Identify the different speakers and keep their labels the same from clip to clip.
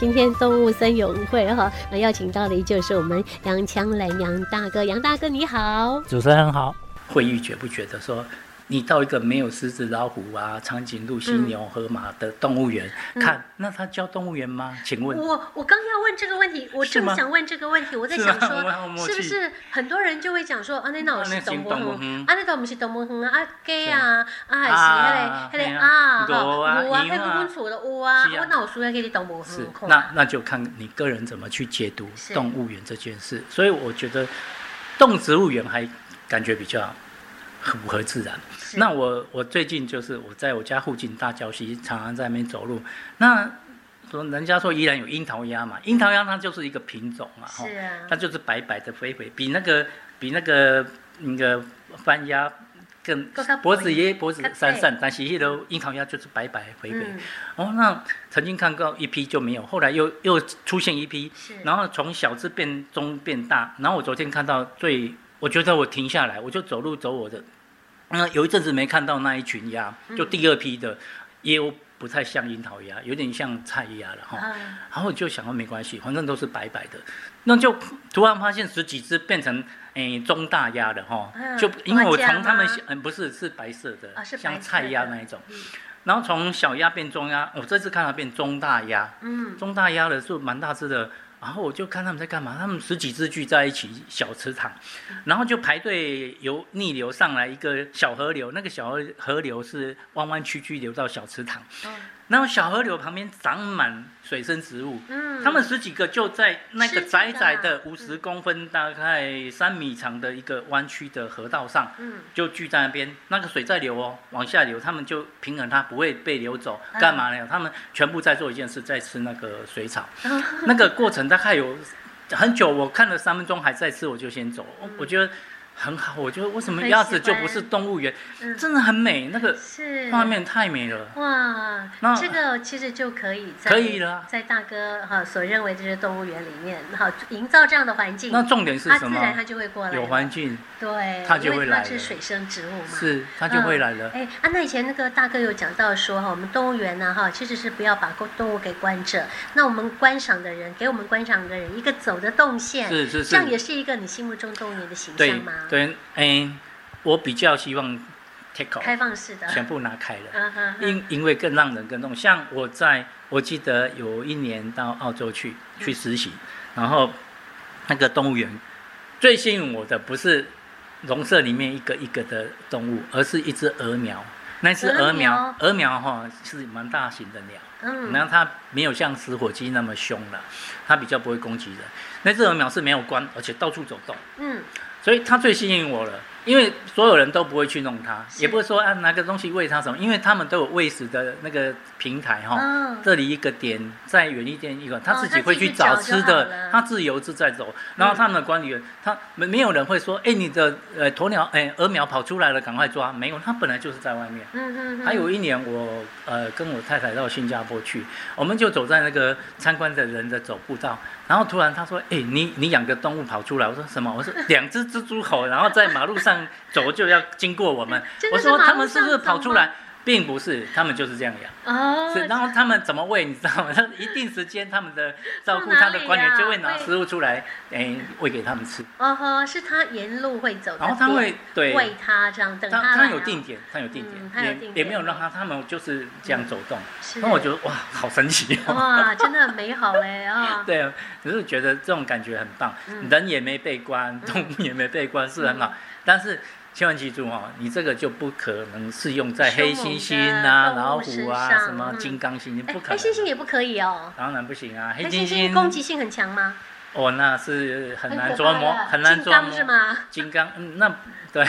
Speaker 1: 今天动物森友会哈，那邀请到的就是我们杨强来杨大哥，杨大哥你好。
Speaker 2: 主持人好，
Speaker 3: 慧玉觉不觉得说，你到一个没有狮子、老虎啊、长颈鹿、犀牛、河马的动物园、看，那它叫动物园吗？请问，
Speaker 1: 我我刚要问这个问题，我
Speaker 3: 是
Speaker 1: 正
Speaker 3: 吗
Speaker 1: 想问这个问题，我在
Speaker 3: 是
Speaker 1: 想
Speaker 3: 吗我们好
Speaker 1: 说，
Speaker 3: 默
Speaker 1: 是不
Speaker 3: 契
Speaker 1: 是很多人就会讲说，啊，那那我是动物
Speaker 3: 啊那是动物
Speaker 1: 园
Speaker 3: 园，
Speaker 1: 啊，那都不是动物园啊，啊鸡啊，啊
Speaker 3: 啊
Speaker 1: 还是迄
Speaker 3: 嘿
Speaker 1: 个迄个
Speaker 3: 啊
Speaker 1: 啊，
Speaker 3: 牛啊
Speaker 1: 牛啊，
Speaker 3: 牛
Speaker 1: 迄个
Speaker 3: 啊
Speaker 1: 阮厝的有啊，
Speaker 3: 是啊
Speaker 1: 我哪有需要去你动物
Speaker 3: 是
Speaker 1: 园看？
Speaker 3: 那那就看你个人怎么去解读
Speaker 1: 嗯是
Speaker 3: 动物园这件事。所以我觉得动植物园还感觉比较符合自然。
Speaker 1: 是
Speaker 3: 那我我最近就是我在我家附近大礁溪，常常在那边走路。那说人家说依然有樱桃鸭嘛，樱桃鸭它就是一个品种嘛，吼
Speaker 1: 是啊
Speaker 3: 它，就是白白的肥肥，比那个比那个那个番鸭更
Speaker 1: 更加
Speaker 3: 脖子也脖子
Speaker 1: 较细
Speaker 3: 闪闪，但是那个樱桃鸭就是白白肥肥。
Speaker 1: 嗯，
Speaker 3: 哦，那曾经看过一批就没有，后来又又出现一批，
Speaker 1: 是，
Speaker 3: 然后从小只变中变大，然后我昨天看到最，我觉得我停下来，我就走路走我的，那有一阵子没看到那一群鸭，
Speaker 1: 嗯
Speaker 3: 就第二批的，也有不太像樱桃鸭，有点像菜鸭了哈。
Speaker 1: 啊，
Speaker 3: 然后我就想说没关系，反正都是白白的，那就突然发现十几只变成诶、中大鸭了哈，
Speaker 1: 嗯
Speaker 3: 就因为我
Speaker 1: 花甲
Speaker 3: 从他们
Speaker 1: 吗
Speaker 3: 嗯不是是白色的，
Speaker 1: 啊是白
Speaker 3: 像菜
Speaker 1: 色
Speaker 3: 鸭
Speaker 1: 的
Speaker 3: 那一种，
Speaker 1: 嗯
Speaker 3: 然后从小鸭变中鸭，哦我这次看它变中大鸭，
Speaker 1: 嗯，
Speaker 3: 中大鸭的是蛮大只的，然后我就看他们在干嘛，他们十几只聚在一起小池塘，
Speaker 1: 嗯
Speaker 3: 然后就排队游逆流上来一个小河流，那个小河河流是弯弯曲曲流到小池塘，
Speaker 1: 哦
Speaker 3: 然后小河流旁边长满水生植物。
Speaker 1: 嗯，
Speaker 3: 他们十几个就在那
Speaker 1: 十
Speaker 3: 个
Speaker 1: 几个
Speaker 3: 窄窄的
Speaker 1: 嗯
Speaker 3: 五十公分、大概三米长的一个弯曲的河道上，
Speaker 1: 嗯，
Speaker 3: 就聚在那边，那个水在流哦，往下流，他们就平衡它，不会被流走。
Speaker 1: 嗯
Speaker 3: 干嘛呢？他们全部在做一件事，在吃那个水草。
Speaker 1: 嗯
Speaker 3: 那个过程大概有很久，我看了三分钟还在吃，我就先走。
Speaker 1: 嗯
Speaker 3: 我我觉得很好，我觉得为什么
Speaker 1: 很喜
Speaker 3: 鸭
Speaker 1: 欢
Speaker 3: 子就不是动物园？
Speaker 1: 嗯
Speaker 3: 真的很美，那个
Speaker 1: 是
Speaker 3: 画面太美
Speaker 1: 嗯
Speaker 3: 了。
Speaker 1: 哇
Speaker 3: 那，
Speaker 1: 这个其实就可以在
Speaker 3: 可以了
Speaker 1: 在大哥哈所认为这是动物园里面哈营造这样的环境，
Speaker 3: 那重点是
Speaker 1: 它
Speaker 3: 什
Speaker 1: 啊自然它
Speaker 3: 么？
Speaker 1: 就会过来，
Speaker 3: 有环，境，
Speaker 1: 对，
Speaker 3: 它就
Speaker 1: 因为
Speaker 3: 会来
Speaker 1: 它是
Speaker 3: 了
Speaker 1: 水生植物嘛，
Speaker 3: 是它就会来了。
Speaker 1: 哎，啊，那以前那个大哥有讲到说哈，我们动物园呢哈，其实是不要把动动物给关着，那我们观赏的人给我们观赏的人一个走的动线，
Speaker 3: 是是
Speaker 1: 嗯这样也
Speaker 3: 是，
Speaker 1: 是一个你心目中动物园的形
Speaker 3: 对
Speaker 1: 象吗？，
Speaker 3: 对，哎，我比较希望 take off
Speaker 1: 开放式的，
Speaker 3: 全部拿开了。
Speaker 1: 嗯哼哼，
Speaker 3: 因因为更让人更动。像我在我记得有一年到澳洲去去实习，
Speaker 1: 嗯
Speaker 3: 然后那个动物园最吸引我的不是笼舍里面一个一个的动物，而是一只鹅苗。那只鹅苗，鹅苗哈是蛮大型的鸟，
Speaker 1: 嗯，
Speaker 3: 然后它没有像食火鸡那么凶了，它比较不会攻击人。那只鹅苗是没有关，而且到处走动。
Speaker 1: 嗯，
Speaker 3: 所以它最吸引我了，因为所有人都不会去弄它，
Speaker 1: 是
Speaker 3: 也不会说啊拿个东西喂它什么，因为他们都有喂食的那个平台哈、
Speaker 1: 嗯，
Speaker 3: 这里一个点，再远一点一个，它
Speaker 1: 哦
Speaker 3: 自己会去找
Speaker 1: 它自
Speaker 3: 吃
Speaker 1: 己去找就
Speaker 3: 的
Speaker 1: 好了，
Speaker 3: 它自由自在走。然后他们的管理员，他没没有人会说，哎，你的呃鸵鸟，哎鹅苗跑出来了，赶快抓。没有，它本来就是在外面。
Speaker 1: 嗯嗯嗯，
Speaker 3: 还有一年我呃跟我太太到新加坡去，我们就走在那个参观的人的走步道，然后突然他说：“哎、你你养个动物跑出来？”我说：“什么？”我说：“两只蜘蛛猴，然后在马路上走就要经过我 们。
Speaker 1: 真”的
Speaker 3: 我
Speaker 1: 是
Speaker 3: 说：“
Speaker 1: 马
Speaker 3: 他
Speaker 1: 路
Speaker 3: 们是不
Speaker 1: 上
Speaker 3: 是
Speaker 1: 走
Speaker 3: 跑出
Speaker 1: 吗
Speaker 3: 来？” 并不是，他们就是这样养。
Speaker 1: 哦，
Speaker 3: 是，然后他们怎么喂，你知道吗？他一定时间，他们的照顾他的官员就会拿食物出来，哎，喂给他们吃。
Speaker 1: 哦呵，是他沿路会走的
Speaker 3: 然
Speaker 1: 店，
Speaker 3: 后他会对，
Speaker 1: 喂他这样，等
Speaker 3: 他
Speaker 1: 来
Speaker 3: 他
Speaker 1: 啊
Speaker 3: 有定点，他有定
Speaker 1: 嗯
Speaker 3: 点，
Speaker 1: 他有
Speaker 3: 也
Speaker 1: 定
Speaker 3: 也
Speaker 1: 点嗯
Speaker 3: 没有让他，他们就是这样走动。
Speaker 1: 是，
Speaker 3: 那我觉得哇，好神奇哦！
Speaker 1: 哇，真的很美好哎啊，
Speaker 3: 对啊，只是觉得这种感觉很棒，
Speaker 1: 嗯
Speaker 3: 人也没被关，动物也没被关，是很好。但是千万记住哦，你这个就不可能适用在黑猩猩啊、
Speaker 1: 凶猛的
Speaker 3: 老
Speaker 1: 动
Speaker 3: 虎
Speaker 1: 物
Speaker 3: 啊、
Speaker 1: 身上
Speaker 3: 什么
Speaker 1: 嗯
Speaker 3: 金刚猩，
Speaker 1: 哎
Speaker 3: 不可
Speaker 1: 黑
Speaker 3: 能。
Speaker 1: 猩猩也不可以哦，
Speaker 3: 当然不行啊，
Speaker 1: 黑
Speaker 3: 黑猩
Speaker 1: 猩攻击性很强吗？
Speaker 3: 哦，那是很难
Speaker 1: 可
Speaker 3: 捉
Speaker 1: 怕
Speaker 3: 摸，
Speaker 1: 的
Speaker 3: 很难
Speaker 1: 金
Speaker 3: 捉
Speaker 1: 刚
Speaker 3: 摸
Speaker 1: 是。吗？
Speaker 3: 金刚，嗯，那 对，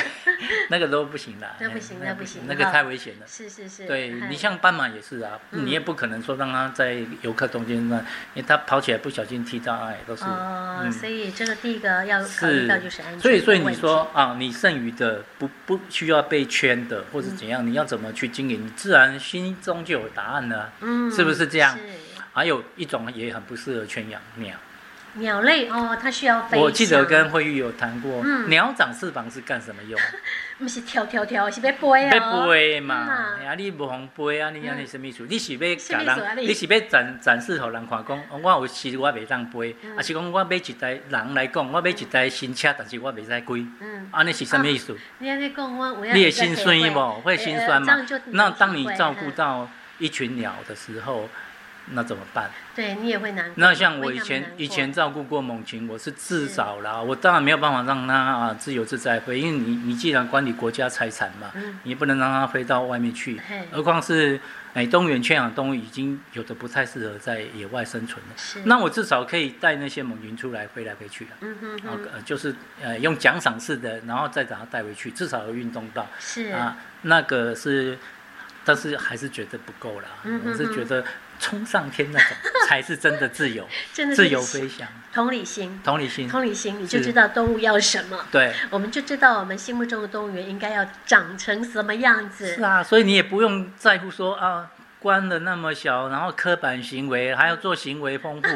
Speaker 3: 那个都不行的，
Speaker 1: 那
Speaker 3: 哎
Speaker 1: 不行那
Speaker 3: 那
Speaker 1: 不行
Speaker 3: 那个
Speaker 1: 哈
Speaker 3: 太危险了。
Speaker 1: 是是是，
Speaker 3: 对
Speaker 1: 哎
Speaker 3: 你像斑马也是啊，
Speaker 1: 嗯
Speaker 3: 你也不可能说让它在游客中间呢，因为它跑起来不小心踢到哎，都是。
Speaker 1: 哦，
Speaker 3: 嗯
Speaker 1: 所以这个第一个要考虑
Speaker 3: 是
Speaker 1: 到就是安全，
Speaker 3: 所以，所以你，说啊，你剩余的不不需要被圈的，或者
Speaker 1: 嗯
Speaker 3: 怎样，你要怎么去经营，你自然心中就有答案了啊。
Speaker 1: 嗯，
Speaker 3: 是不是这样
Speaker 1: 是
Speaker 3: 还有一种也很不适合圈养鸟，
Speaker 1: 鸟类哦，它需要飞翔。
Speaker 3: 我记得跟慧玉有谈过，
Speaker 1: 嗯
Speaker 3: 鸟长翅膀是干什么用？
Speaker 1: 不是跳跳跳，是要飞
Speaker 3: 要
Speaker 1: 啊、哦。
Speaker 3: 飞
Speaker 1: 嗯
Speaker 3: 嘛
Speaker 1: 啊，嗯
Speaker 3: 哎呀，你无红飞啊，你安尼什么意思？你是要甲
Speaker 1: 什么意思啊
Speaker 3: 人，
Speaker 1: 你
Speaker 3: 你是要展展示互人看，讲哦我有时我袂当飞，
Speaker 1: 嗯
Speaker 3: 啊是讲我买一台人来讲，我买一台新车，但是我袂使开，
Speaker 1: 嗯，
Speaker 3: 安尼是什么意思？
Speaker 1: 你安尼讲我，我要
Speaker 3: 你
Speaker 1: 的
Speaker 3: 的心酸无？会心
Speaker 1: 呃
Speaker 3: 酸
Speaker 1: 这
Speaker 3: 嘛
Speaker 1: 样就？
Speaker 3: 那当你照顾
Speaker 1: 嗯
Speaker 3: 到一群鸟的时候，那怎么办？
Speaker 1: 对你也会难过。
Speaker 3: 那像我
Speaker 1: 会
Speaker 3: 以
Speaker 1: 让他
Speaker 3: 前
Speaker 1: 难过嗯
Speaker 3: 以前照顾过猛禽，我是自找啦，我当然没有办法让它啊自由自在飞，因为你你既然管理国家财产嘛，
Speaker 1: 嗯
Speaker 3: 你不能让它飞到外面去
Speaker 1: 嘿，
Speaker 3: 何况是哎动物园圈养动物已经有的不太适合在野外生存了。
Speaker 1: 是
Speaker 3: 那我至少可以带那些猛禽出来飞来飞去啊，
Speaker 1: 嗯哼
Speaker 3: 然后
Speaker 1: 哼
Speaker 3: 呃就是呃用奖赏式的，然后再把它带回去，至少有运动到。
Speaker 1: 是
Speaker 3: 啊，那个是，但是还是觉得不够啦。
Speaker 1: 嗯哼
Speaker 3: 我是
Speaker 1: 哼
Speaker 3: 觉得冲上天那种才是真的自由，
Speaker 1: 真的是
Speaker 3: 自由飞翔，
Speaker 1: 同理心，
Speaker 3: 同理心。
Speaker 1: 同理心你就是知道动物要什么。
Speaker 3: 对，
Speaker 1: 我们就知道我们心目中的动物园应该要长成什么样子。
Speaker 3: 是啊，所以你也不用在乎说啊，关的那么小，然后刻板行为，还要做行为 丰富。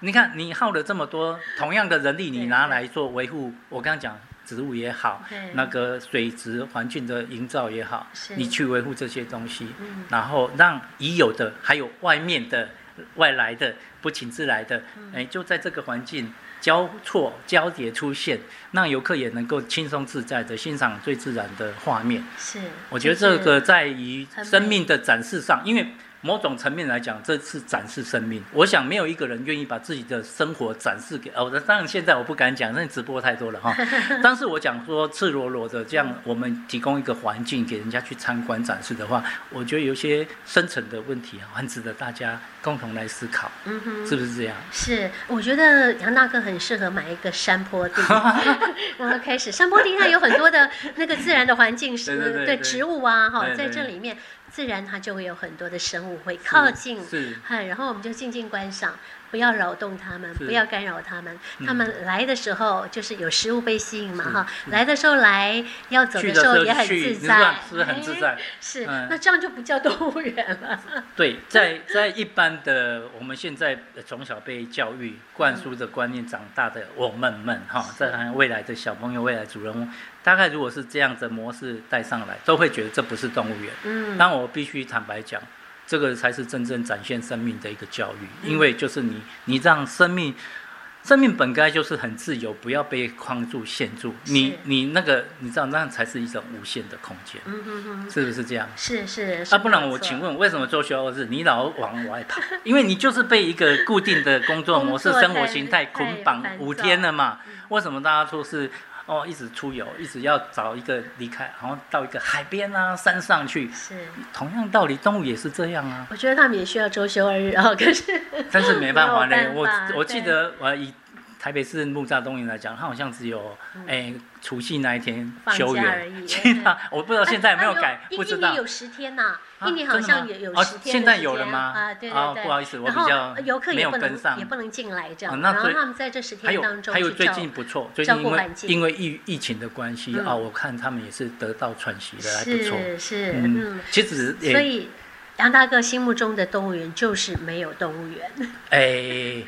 Speaker 3: 你看，你耗了这么多同样的人力，你
Speaker 1: 对
Speaker 3: 拿
Speaker 1: 对
Speaker 3: 来做维护，我刚刚讲植物也好
Speaker 1: 对，
Speaker 3: 那个水质环境的营造也好，
Speaker 1: 是
Speaker 3: 你去维护这些东西，
Speaker 1: 嗯
Speaker 3: 然后让已有的，还有外面的、外来的、不请自来的，
Speaker 1: 嗯
Speaker 3: 哎，就在这个环境交错、交叠出现，让游客也能够轻松自在的欣赏最自然的画面。
Speaker 1: 是，
Speaker 3: 我觉得
Speaker 1: 就
Speaker 3: 这
Speaker 1: 是
Speaker 3: 个在于
Speaker 1: 很美
Speaker 3: 生命的展示上，因为某种层面来讲，这是展示生命。我想没有一个人愿意把自己的生活展示给哦，当然现在我不敢讲，因为直播太多 了哈。但是我讲说赤裸裸的这样，我们提供一个环境给人家去参观展示的话，我觉得有些深层的问题啊，很值得大家共同来思考，
Speaker 1: 嗯哼。
Speaker 3: 是不是这样？
Speaker 1: 是，我觉得杨大哥很适合买一个山坡 地，然后开始山坡地它有很多的那个自然的环境是，
Speaker 3: 对对对对
Speaker 1: 植物啊哈，
Speaker 3: 对
Speaker 1: 在
Speaker 3: 对
Speaker 1: 这里面自然它就会有很多的生物会靠近，
Speaker 3: 是
Speaker 1: 嗨，然后我们就静静观赏，不要扰动它们，
Speaker 3: 是
Speaker 1: 不要干扰它们。
Speaker 3: 嗯
Speaker 1: 它们来的时候就是有食物被吸引嘛
Speaker 3: 是
Speaker 1: 哈，
Speaker 3: 是
Speaker 1: 来的时候来，要走
Speaker 3: 去
Speaker 1: 时
Speaker 3: 时
Speaker 1: 候
Speaker 3: 候
Speaker 1: 也很
Speaker 3: 去，
Speaker 1: 自
Speaker 3: 是吧
Speaker 1: 在？，
Speaker 3: 是不是很自
Speaker 1: 哎？
Speaker 3: 在？
Speaker 1: 是，
Speaker 3: 嗯
Speaker 1: 那这样就不叫动物园了。
Speaker 3: 对，在在一般的我们现在呃从小被教育灌输的观念长大的我们们哈，
Speaker 1: 是
Speaker 3: 在未来的小朋友、未来主人翁，大概如果是这样的模式带上来，都会觉得这不是动物园。
Speaker 1: 嗯，
Speaker 3: 但我必须坦白讲，这个才是真正展现生命的一个教育，
Speaker 1: 嗯
Speaker 3: 因为就是你你让生命。生命本该就是很自由，不要被框住、限住。你
Speaker 1: 是
Speaker 3: 你那个，你知道，那才是一种无限的空间，
Speaker 1: 嗯哼哼，
Speaker 3: 是不是这样？
Speaker 1: 是是。是
Speaker 3: 啊，不然我
Speaker 1: 没错
Speaker 3: 请问，为什么周休二日你老往外跑？ 因为你就是被一个固定的工作模式、
Speaker 1: 工作
Speaker 3: 生活形
Speaker 1: 太
Speaker 3: 态捆绑
Speaker 1: 太
Speaker 3: 五
Speaker 1: 烦躁嗯
Speaker 3: 天了嘛？为什么大家说是哦，一直出游，一直要找一个离开，然后到一个海边啊、山上去？
Speaker 1: 是。，
Speaker 3: 同样道理，动物也是这样啊
Speaker 1: 我觉得他们也需要周休二日哦，可是
Speaker 3: 但是没办法
Speaker 1: 没
Speaker 3: 嘞
Speaker 1: 有。
Speaker 3: 我
Speaker 1: 办法
Speaker 3: 我记
Speaker 1: 对
Speaker 3: 得我以台北市木栅动物园来讲，它好像只有哎除夕那一天
Speaker 1: 嗯放
Speaker 3: 休
Speaker 1: 假而
Speaker 3: 园，
Speaker 1: 已
Speaker 3: 其他我不知道现在有没有 改
Speaker 1: 哎，哎
Speaker 3: 不
Speaker 1: 一一
Speaker 3: 知
Speaker 1: 年
Speaker 3: 道。
Speaker 1: 有十天呐，
Speaker 3: 啊
Speaker 1: 一年好像也有
Speaker 3: 真的吗
Speaker 1: 十天的时
Speaker 3: 哦
Speaker 1: 间。
Speaker 3: 现在有了吗
Speaker 1: 啊，对
Speaker 3: 哦
Speaker 1: 对对。
Speaker 3: 不好意思我
Speaker 1: 然后
Speaker 3: 比较
Speaker 1: 游客
Speaker 3: 没
Speaker 1: 也
Speaker 3: 有
Speaker 1: 不
Speaker 3: 跟
Speaker 1: 能
Speaker 3: 上
Speaker 1: 也不能进来这
Speaker 3: 哦
Speaker 1: 样。
Speaker 3: 那
Speaker 1: 然后
Speaker 3: 最
Speaker 1: 他们在这十
Speaker 3: 还
Speaker 1: 天
Speaker 3: 有
Speaker 1: 当中
Speaker 3: 还有
Speaker 1: 去
Speaker 3: 最
Speaker 1: 照
Speaker 3: 近不错，最
Speaker 1: 照
Speaker 3: 近因
Speaker 1: 顾
Speaker 3: 为
Speaker 1: 环境
Speaker 3: 因为疫疫情的关系
Speaker 1: 嗯
Speaker 3: 啊，我看他们也是得到喘息的，还不错。
Speaker 1: 是是
Speaker 3: 嗯
Speaker 1: 嗯，，
Speaker 3: 其实
Speaker 1: 所
Speaker 3: 也
Speaker 1: 以杨大哥心目中的动物园就是没有动物园。
Speaker 3: 哎，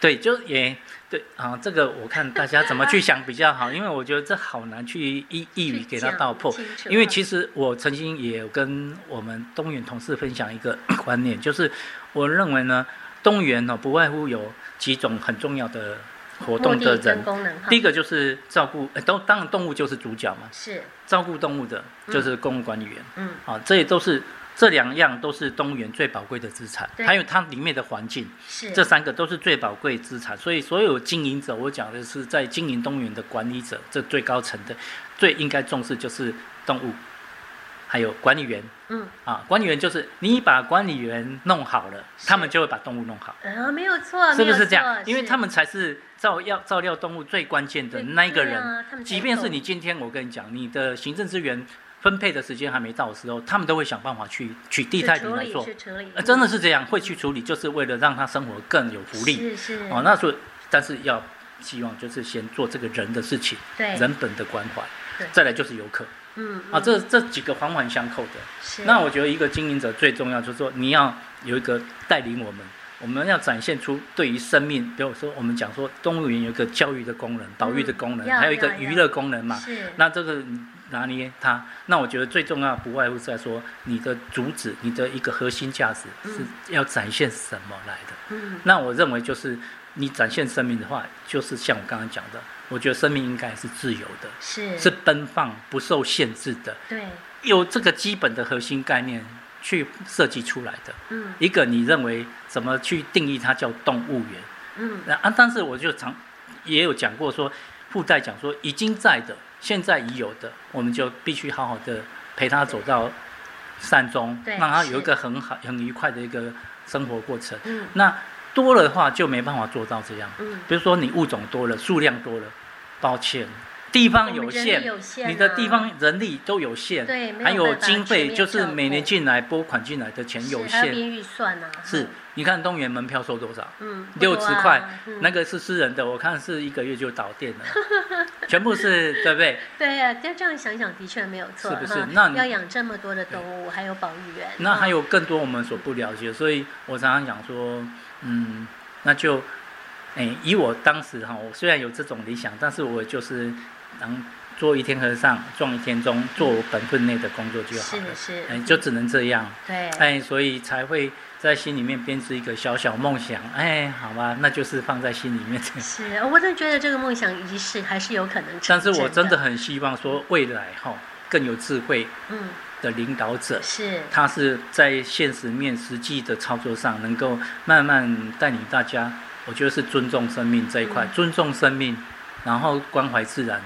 Speaker 3: 对，就也对啊，这个我看大家怎么去想比较好，因为我觉得这好难去一一语给它道破。因为其
Speaker 1: 实
Speaker 3: 实我曾经也有跟我们东园同事分享一个 观念，就是我认为呢，东园呢不外乎有几种很重要的活动的人，
Speaker 1: 功能哈
Speaker 3: 第一个就是照顾，呃都当然动物就是主角嘛，
Speaker 1: 是
Speaker 3: 照顾动物的就是公务管理员，
Speaker 1: 嗯
Speaker 3: 啊，这也都是这两样都是动物园最宝贵的资产，
Speaker 1: 对
Speaker 3: 还有它里面的环境，
Speaker 1: 是
Speaker 3: 这三个都是最宝贵资产。所以所有经营者，我讲的是在经营动物园的管理者，这最高层的最应该重视就是动物，还有管理员
Speaker 1: 嗯
Speaker 3: 啊，管理员就是你把管理员弄好了，他们就会把动物弄好。
Speaker 1: 啊没有错，
Speaker 3: 是不
Speaker 1: 没有
Speaker 3: 是这样
Speaker 1: 错？
Speaker 3: 因为
Speaker 1: 是
Speaker 3: 他们才是照料照料动物最关键的
Speaker 1: 对
Speaker 3: 那一个
Speaker 1: 对
Speaker 3: 人。
Speaker 1: 啊他们才
Speaker 3: 即便是
Speaker 1: 懂
Speaker 3: 你今天我跟你讲，你的行政资源分配的时间还没到的时候，他们都会想办法去取替
Speaker 1: 去
Speaker 3: 代你
Speaker 1: 处
Speaker 3: 来
Speaker 1: 理
Speaker 3: 做
Speaker 1: 去。处理嗯
Speaker 3: 呃，真的是这样，会去处理，就是为了让他生活更有福利。
Speaker 1: 是是
Speaker 3: 哦，那所以但是要希望就是先做这个人的事情，
Speaker 1: 对
Speaker 3: 人本的关怀
Speaker 1: 对，
Speaker 3: 再来就是游客
Speaker 1: 嗯
Speaker 3: 啊，
Speaker 1: 嗯
Speaker 3: 这这几个环环相扣的。
Speaker 1: 是
Speaker 3: 那我觉得一个经营者最重要就是说，你要有一个带领我们，我们要展现出对于生命，比如说我们讲说动物园有一个教育的功能、保育的功
Speaker 1: 嗯
Speaker 3: 能，
Speaker 1: 要
Speaker 3: 还有一个
Speaker 1: 要
Speaker 3: 娱
Speaker 1: 要
Speaker 3: 乐功能嘛。
Speaker 1: 是，
Speaker 3: 那这个拿捏它，那我觉得最重要的不外乎是在说你的主旨、你的一个核心价值
Speaker 1: 嗯
Speaker 3: 是要展现什么来的。
Speaker 1: 嗯，
Speaker 3: 那我认为就是你展现生命的话，就是像我刚刚讲的，我觉得生命应该是自由的，
Speaker 1: 是，
Speaker 3: 是奔放、不受限制的，
Speaker 1: 对，
Speaker 3: 有这个基本的核心概念去设计出来的。
Speaker 1: 嗯
Speaker 3: 一个你认为怎么去定义它叫动物园？
Speaker 1: 嗯，
Speaker 3: 那啊，但是我就常也有讲过说，附带讲说已经在的，现在已有的，我们就必须好好的陪他走到善终，
Speaker 1: 对
Speaker 3: 让他
Speaker 1: 是
Speaker 3: 有一个很好、很愉快的一个生活过程。
Speaker 1: 嗯
Speaker 3: 那多了的话就没办法做到这样。
Speaker 1: 嗯，
Speaker 3: 比如说你物种多了，数量多了，抱歉，地方有
Speaker 1: 我们人
Speaker 3: 限
Speaker 1: 力，有限啊
Speaker 3: 你的地方人力都有限，
Speaker 1: 对，没
Speaker 3: 还
Speaker 1: 有
Speaker 3: 有
Speaker 1: 办法
Speaker 3: 经
Speaker 1: 全
Speaker 3: 费，
Speaker 1: 面
Speaker 3: 就是
Speaker 1: 照
Speaker 3: 每年
Speaker 1: 顾
Speaker 3: 进来拨款进来的钱有
Speaker 1: 是还要
Speaker 3: 限。
Speaker 1: 编预算呐、啊，
Speaker 3: 是，你看动物园门票收多少？
Speaker 1: 嗯，不
Speaker 3: 六
Speaker 1: 多
Speaker 3: 十
Speaker 1: 啊
Speaker 3: 块，
Speaker 1: 嗯、
Speaker 3: 那个是私人的，我看是一个月就倒店 了，全部是对不对？
Speaker 1: 对呀、这这样想想的确没有错，
Speaker 3: 是不是
Speaker 1: 哈
Speaker 3: 那你
Speaker 1: 要养这么多的动物，还有保育员，
Speaker 3: 那还
Speaker 1: 有
Speaker 3: 有更多我们所不了解，所以我常常讲说，嗯，那就，哎、以我当时哈，我虽然有这种理想，但是我就是能做一天和尚撞一天钟，做我本分内的工作就好
Speaker 1: 嗯是
Speaker 3: 了，
Speaker 1: 是，
Speaker 3: 哎、就只能这样，
Speaker 1: 对，
Speaker 3: 哎、所以才会在心里面编织一个小小梦想，哎、好吧，那就是放在心里面。
Speaker 1: 是哦我真的觉得这个梦想仪式还是有可能成
Speaker 3: 但是我真
Speaker 1: 真
Speaker 3: 的，很希望说，未来哈更有智慧
Speaker 1: 嗯，
Speaker 3: 的领导者，
Speaker 1: 是
Speaker 3: 他是在现实面实际的操作上，能够慢慢带领大家。我觉得是尊重生命这一块，
Speaker 1: 嗯
Speaker 3: 尊重生命，然后关怀自然，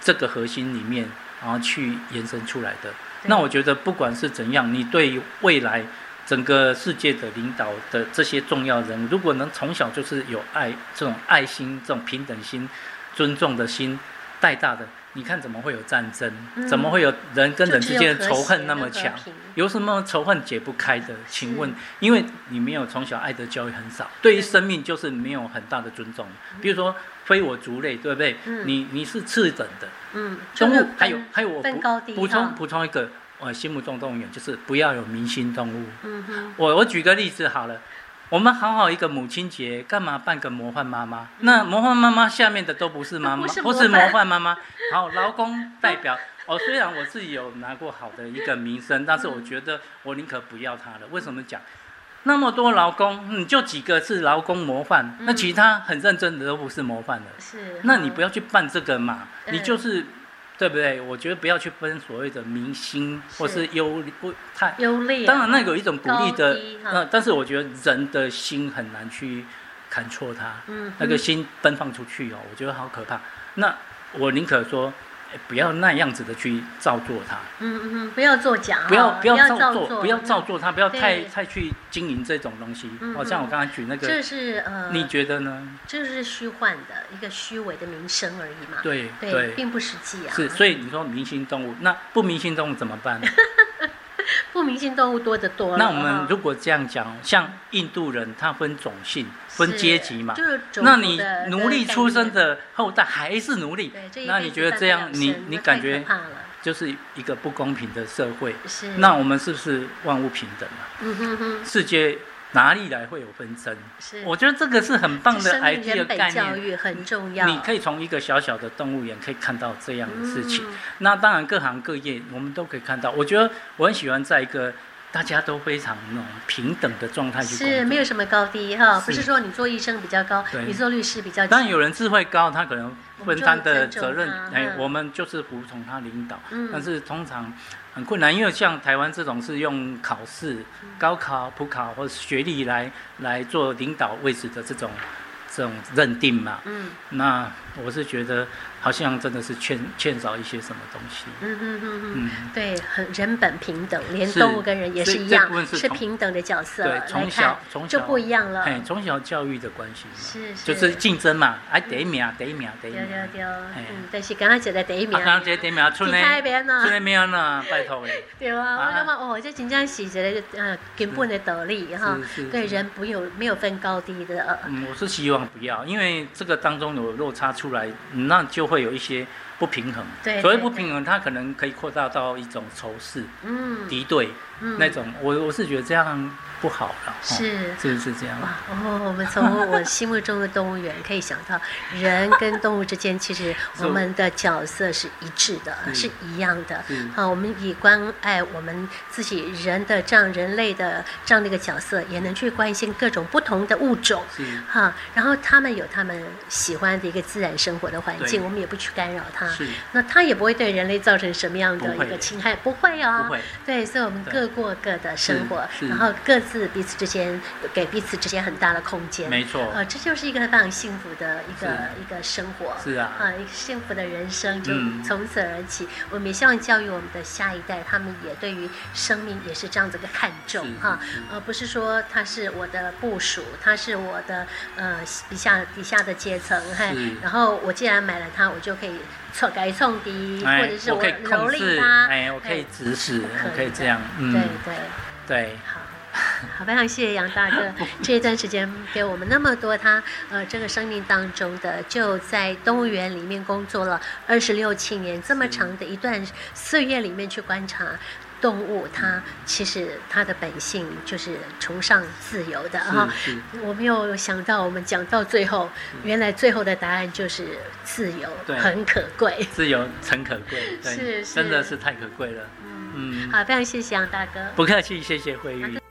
Speaker 3: 这个核心里面，然后去延伸出来的。那我觉得不管是怎样，你对未来整个世界的领导的这些重要人，如果能从小就是有爱这种爱心、这种平等心、尊重的心带大的，你看怎么会有战争？
Speaker 1: 嗯
Speaker 3: 怎么会有人跟
Speaker 1: 就
Speaker 3: 人
Speaker 1: 只
Speaker 3: 之
Speaker 1: 有
Speaker 3: 间的
Speaker 1: 和
Speaker 3: 仇
Speaker 1: 谐
Speaker 3: 恨那
Speaker 1: 的
Speaker 3: 么
Speaker 1: 和
Speaker 3: 强？
Speaker 1: 平
Speaker 3: 有什么仇恨解不开的？请问，
Speaker 1: 嗯
Speaker 3: 因为你没有从小爱的教育很少，对于
Speaker 1: 对
Speaker 3: 生命就是没有很大的尊重。比如说非我族类，对不对？
Speaker 1: 嗯
Speaker 3: 你你是次等的，
Speaker 1: 嗯，就
Speaker 3: 动
Speaker 1: 是
Speaker 3: 物还有
Speaker 1: 分
Speaker 3: 还有我
Speaker 1: 分
Speaker 3: 补
Speaker 1: 高低
Speaker 3: 补
Speaker 1: 哈
Speaker 3: 充补充一个，我心目中动物园就是不要有明星动物。
Speaker 1: 嗯哼，
Speaker 3: 我我举个例子好了，我们好好一个母亲节，干嘛办个魔幻妈妈？那魔幻妈妈下面的都不是妈妈，
Speaker 1: 都不是
Speaker 3: 不是
Speaker 1: 魔
Speaker 3: 魔
Speaker 1: 幻
Speaker 3: 幻妈妈。好，劳工代 表。哦，虽然我自己有拿过好的一个名声，但是我觉得我宁可不要它了。为什么讲？那么多劳工，嗯你就几个是劳工模范，那
Speaker 1: 嗯
Speaker 3: 其他很认真的都不是模范的。
Speaker 1: 是，
Speaker 3: 那你
Speaker 1: 哈
Speaker 3: 不要去办这个嘛，
Speaker 1: 对
Speaker 3: 你就是对不对？我觉得不要去分所谓的明星或
Speaker 1: 是
Speaker 3: 是优不太，
Speaker 1: 优劣啊，
Speaker 3: 当然那有一种鼓励
Speaker 1: 高
Speaker 3: 的
Speaker 1: 低，哈
Speaker 3: 那但是我觉得人的心很难去砍错它，
Speaker 1: 嗯
Speaker 3: 那个
Speaker 1: 哼
Speaker 3: 心奔放出去哦，我觉得好可怕。那我宁可说。哎不要那样子的去照做它，
Speaker 1: 嗯嗯嗯，不要作假，
Speaker 3: 不要
Speaker 1: 哈
Speaker 3: 不要照
Speaker 1: 做，
Speaker 3: 做，不要照做它，不要太
Speaker 1: 嗯对
Speaker 3: 太去经营这种东西。哦
Speaker 1: 嗯
Speaker 3: 好像我
Speaker 1: 嗯
Speaker 3: 刚才举那
Speaker 1: 嗯，这
Speaker 3: 个，
Speaker 1: 是呃，
Speaker 3: 你觉得呢？
Speaker 1: 这是虚幻的一个虚伪的名声而已嘛，
Speaker 3: 对
Speaker 1: 对，并不实际啊，
Speaker 3: 是，所以你说明星动物，那不明星动物怎么 办？
Speaker 1: 嗯不明星动物多得多了哈。
Speaker 3: 那我们如果这样讲，像印度人，他分种姓、分
Speaker 1: 是
Speaker 3: 阶级嘛，
Speaker 1: 就是种
Speaker 3: 那
Speaker 1: 族
Speaker 3: 你
Speaker 1: 的
Speaker 3: 奴隶出生，
Speaker 1: 的
Speaker 3: 的后代还是奴隶
Speaker 1: 概念对，这一
Speaker 3: 那
Speaker 1: 辈
Speaker 3: 你
Speaker 1: 子
Speaker 3: 觉得
Speaker 1: 办
Speaker 3: 这
Speaker 1: 不
Speaker 3: 样
Speaker 1: 了
Speaker 3: 你
Speaker 1: 神
Speaker 3: 你
Speaker 1: 那
Speaker 3: 感
Speaker 1: 太可
Speaker 3: 觉
Speaker 1: 怕了
Speaker 3: 就是一个不公平的社会。
Speaker 1: 是？
Speaker 3: 那我们是不是万物平等啊？
Speaker 1: 嗯哼哼，
Speaker 3: 世界哪里来会有纷争？
Speaker 1: 是
Speaker 3: 我觉得这个是很棒
Speaker 1: 这
Speaker 3: 的
Speaker 1: 生命
Speaker 3: idea
Speaker 1: 原
Speaker 3: 概
Speaker 1: 本教
Speaker 3: 念。
Speaker 1: 育很重要，
Speaker 3: 你可以从一个小小的动物园可以看到这样的事情。
Speaker 1: 嗯
Speaker 3: 那当然，各行各业我们都可以看到。我觉得我很喜欢在一个大家都非常那种平等的状态去工
Speaker 1: 是
Speaker 3: 作。
Speaker 1: 没有什么高低哈，不
Speaker 3: 是
Speaker 1: 是说你做医生比较高，
Speaker 3: 对
Speaker 1: 你做律师比较低，
Speaker 3: 当然，有人智慧高，他可能分担的责任
Speaker 1: 我们，就尊重
Speaker 3: 哎
Speaker 1: 他，嗯
Speaker 3: 我们就是服从他领导。
Speaker 1: 嗯
Speaker 3: 但是通常很困难，因为像台湾这种是用考试、高考、普考或者学历来来做领导位置的这种这种认定嘛。
Speaker 1: 嗯
Speaker 3: 那我是觉得好像真的是欠欠少一些什么东西。
Speaker 1: 嗯嗯嗯嗯。
Speaker 3: 嗯，
Speaker 1: 对，很人本平等，连
Speaker 3: 是
Speaker 1: 动物跟人也
Speaker 3: 所
Speaker 1: 是
Speaker 3: 以
Speaker 1: 一
Speaker 3: 这
Speaker 1: 样
Speaker 3: 部分，是
Speaker 1: 是
Speaker 3: 从
Speaker 1: 平等的角色
Speaker 3: 对
Speaker 1: 来，
Speaker 3: 从
Speaker 1: 看
Speaker 3: 小从
Speaker 1: 就
Speaker 3: 小
Speaker 1: 不一样了。
Speaker 3: 哎，从小教育的关系嘛，
Speaker 1: 是是，
Speaker 3: 就是竞争嘛，啊，第一名，第一名，第一
Speaker 1: 对
Speaker 3: 名。
Speaker 1: 对
Speaker 3: 啊，
Speaker 1: 对，嗯，但是刚刚讲的第一名，
Speaker 3: 刚刚这第一名出
Speaker 1: 第
Speaker 3: 呢，
Speaker 1: 一名
Speaker 3: 出
Speaker 1: 呢，
Speaker 3: 呢没有呢，拜 托诶，
Speaker 1: 对啊，我感觉哦，这真正是一个呃根本的道理哈
Speaker 3: 是，是
Speaker 1: 对
Speaker 3: 是
Speaker 1: 人不有没有分高低的，呃
Speaker 3: 嗯，我是希望不要，因为这个当中有落差出来，嗯那就会有一些不平衡。
Speaker 1: 对
Speaker 3: 所谓
Speaker 1: 对
Speaker 3: 不
Speaker 1: 对
Speaker 3: 平衡，它可能可以扩大到一种仇视、
Speaker 1: 嗯
Speaker 3: 敌对
Speaker 1: 嗯，
Speaker 3: 那种。我我是觉得这样不好了，哦
Speaker 1: 是
Speaker 3: 是不是这样？
Speaker 1: 哇哦，我们从我心目中的动物园可以想到，人跟动物之间其实
Speaker 3: 是
Speaker 1: 我们的角色是一致 的，
Speaker 3: 嗯
Speaker 1: 是一样的。
Speaker 3: 是
Speaker 1: 好，我们以关爱我们自己人的这样人类的这样的一个角色，也能去关心各种不同的物种。
Speaker 3: 是
Speaker 1: 哈，然后他们有他们喜欢的一个自然生活的环境，
Speaker 3: 对
Speaker 1: 我们也不去干扰它，
Speaker 3: 是，
Speaker 1: 那它也不会对人类造成什么样的
Speaker 3: 不
Speaker 1: 一
Speaker 3: 会
Speaker 1: 个侵害，不会哦，
Speaker 3: 不会，
Speaker 1: 对，所以我们各
Speaker 3: 对
Speaker 1: 过各的生活，
Speaker 3: 是是
Speaker 1: 然后各自彼此之间给彼此之间很大的空间，
Speaker 3: 没错，
Speaker 1: 呃，这就是一个非常幸福的一个一个生活。
Speaker 3: 是啊，
Speaker 1: 啊，一个幸福的人生就
Speaker 3: 嗯
Speaker 1: 从此而起。我们也希望教育我们的下一代，他们也对于生命也是这样子一个看重
Speaker 3: 是
Speaker 1: 哈、
Speaker 3: 是
Speaker 1: 而呃不是说他是我的部属，他是我的呃底下底下的阶层，嘿
Speaker 3: 是，
Speaker 1: 然后我既然买了它，我就可以错改送敌，
Speaker 3: 哎
Speaker 1: 或者是
Speaker 3: 我可以
Speaker 1: 蹂
Speaker 3: 控
Speaker 1: 躏
Speaker 3: 制，
Speaker 1: 它，
Speaker 3: 哎，我可以
Speaker 1: 哎
Speaker 3: 指使，
Speaker 1: 可以
Speaker 3: 我可以
Speaker 1: 的
Speaker 3: 这样，
Speaker 1: 对
Speaker 3: 嗯，
Speaker 1: 对，
Speaker 3: 对，
Speaker 1: 好。好，非常谢谢杨大 哥这一段时间给我们那么多他呃这个生命当中的，就在动物园里面工作了二十六七年，这么
Speaker 3: 是
Speaker 1: 长的一段岁月里面去观察动物，它其实它的本性就是崇尚自由的哈。
Speaker 3: 是是，
Speaker 1: 我没有想到，我们讲到最后，原来最后的答案就是自由
Speaker 3: 对
Speaker 1: 很可贵。
Speaker 3: 自由诚可贵，对，
Speaker 1: 是
Speaker 3: 真的
Speaker 1: 是
Speaker 3: 是太可贵了，
Speaker 1: 嗯，
Speaker 3: 嗯，
Speaker 1: 好，非常谢谢杨大哥。
Speaker 3: 不客气，谢谢慧玉。